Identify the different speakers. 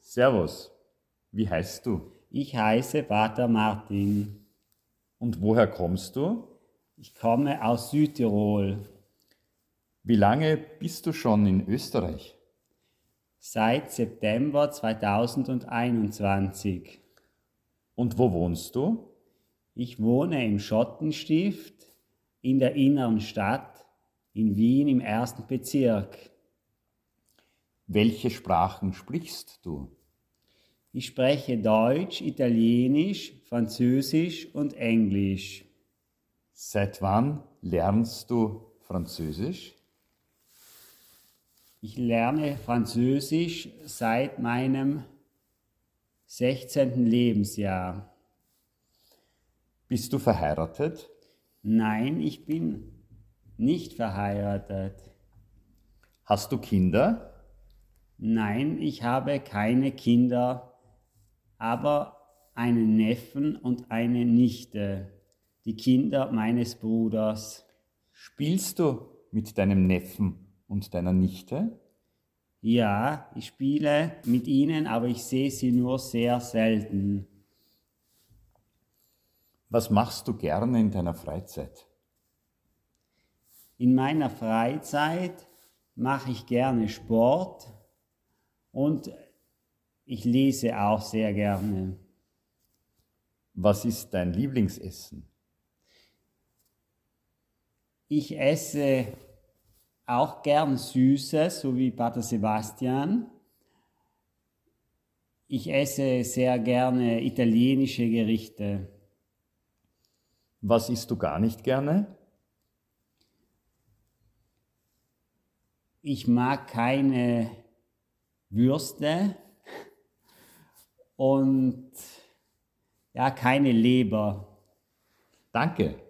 Speaker 1: Servus. Wie heißt du?
Speaker 2: Ich heiße Pater Martin.
Speaker 1: Und woher kommst du?
Speaker 2: Ich komme aus Südtirol.
Speaker 1: Wie lange bist du schon in Österreich?
Speaker 2: Seit September 2021.
Speaker 1: Und wo wohnst du?
Speaker 2: Ich wohne im Schottenstift in der inneren Stadt in Wien im ersten Bezirk.
Speaker 1: Welche Sprachen sprichst du?
Speaker 2: Ich spreche Deutsch, Italienisch, Französisch und Englisch.
Speaker 1: Seit wann lernst du Französisch?
Speaker 2: Ich lerne Französisch seit meinem 16. Lebensjahr.
Speaker 1: Bist du verheiratet?
Speaker 2: Nein, ich bin nicht verheiratet.
Speaker 1: Hast du Kinder?
Speaker 2: Nein, ich habe keine Kinder, aber einen Neffen und eine Nichte, die Kinder meines Bruders.
Speaker 1: Spielst du mit deinem Neffen und deiner Nichte?
Speaker 2: Ja, ich spiele mit ihnen, aber ich sehe sie nur sehr selten.
Speaker 1: Was machst du gerne in deiner Freizeit?
Speaker 2: In meiner Freizeit mache ich gerne Sport und ich lese auch sehr gerne.
Speaker 1: Was ist dein Lieblingsessen?
Speaker 2: Ich esse auch gern Süßes, so wie Pater Sebastian. Ich esse sehr gerne italienische Gerichte.
Speaker 1: Was isst du gar nicht gerne?
Speaker 2: Ich mag keine Würste und ja, keine Leber.
Speaker 1: Danke.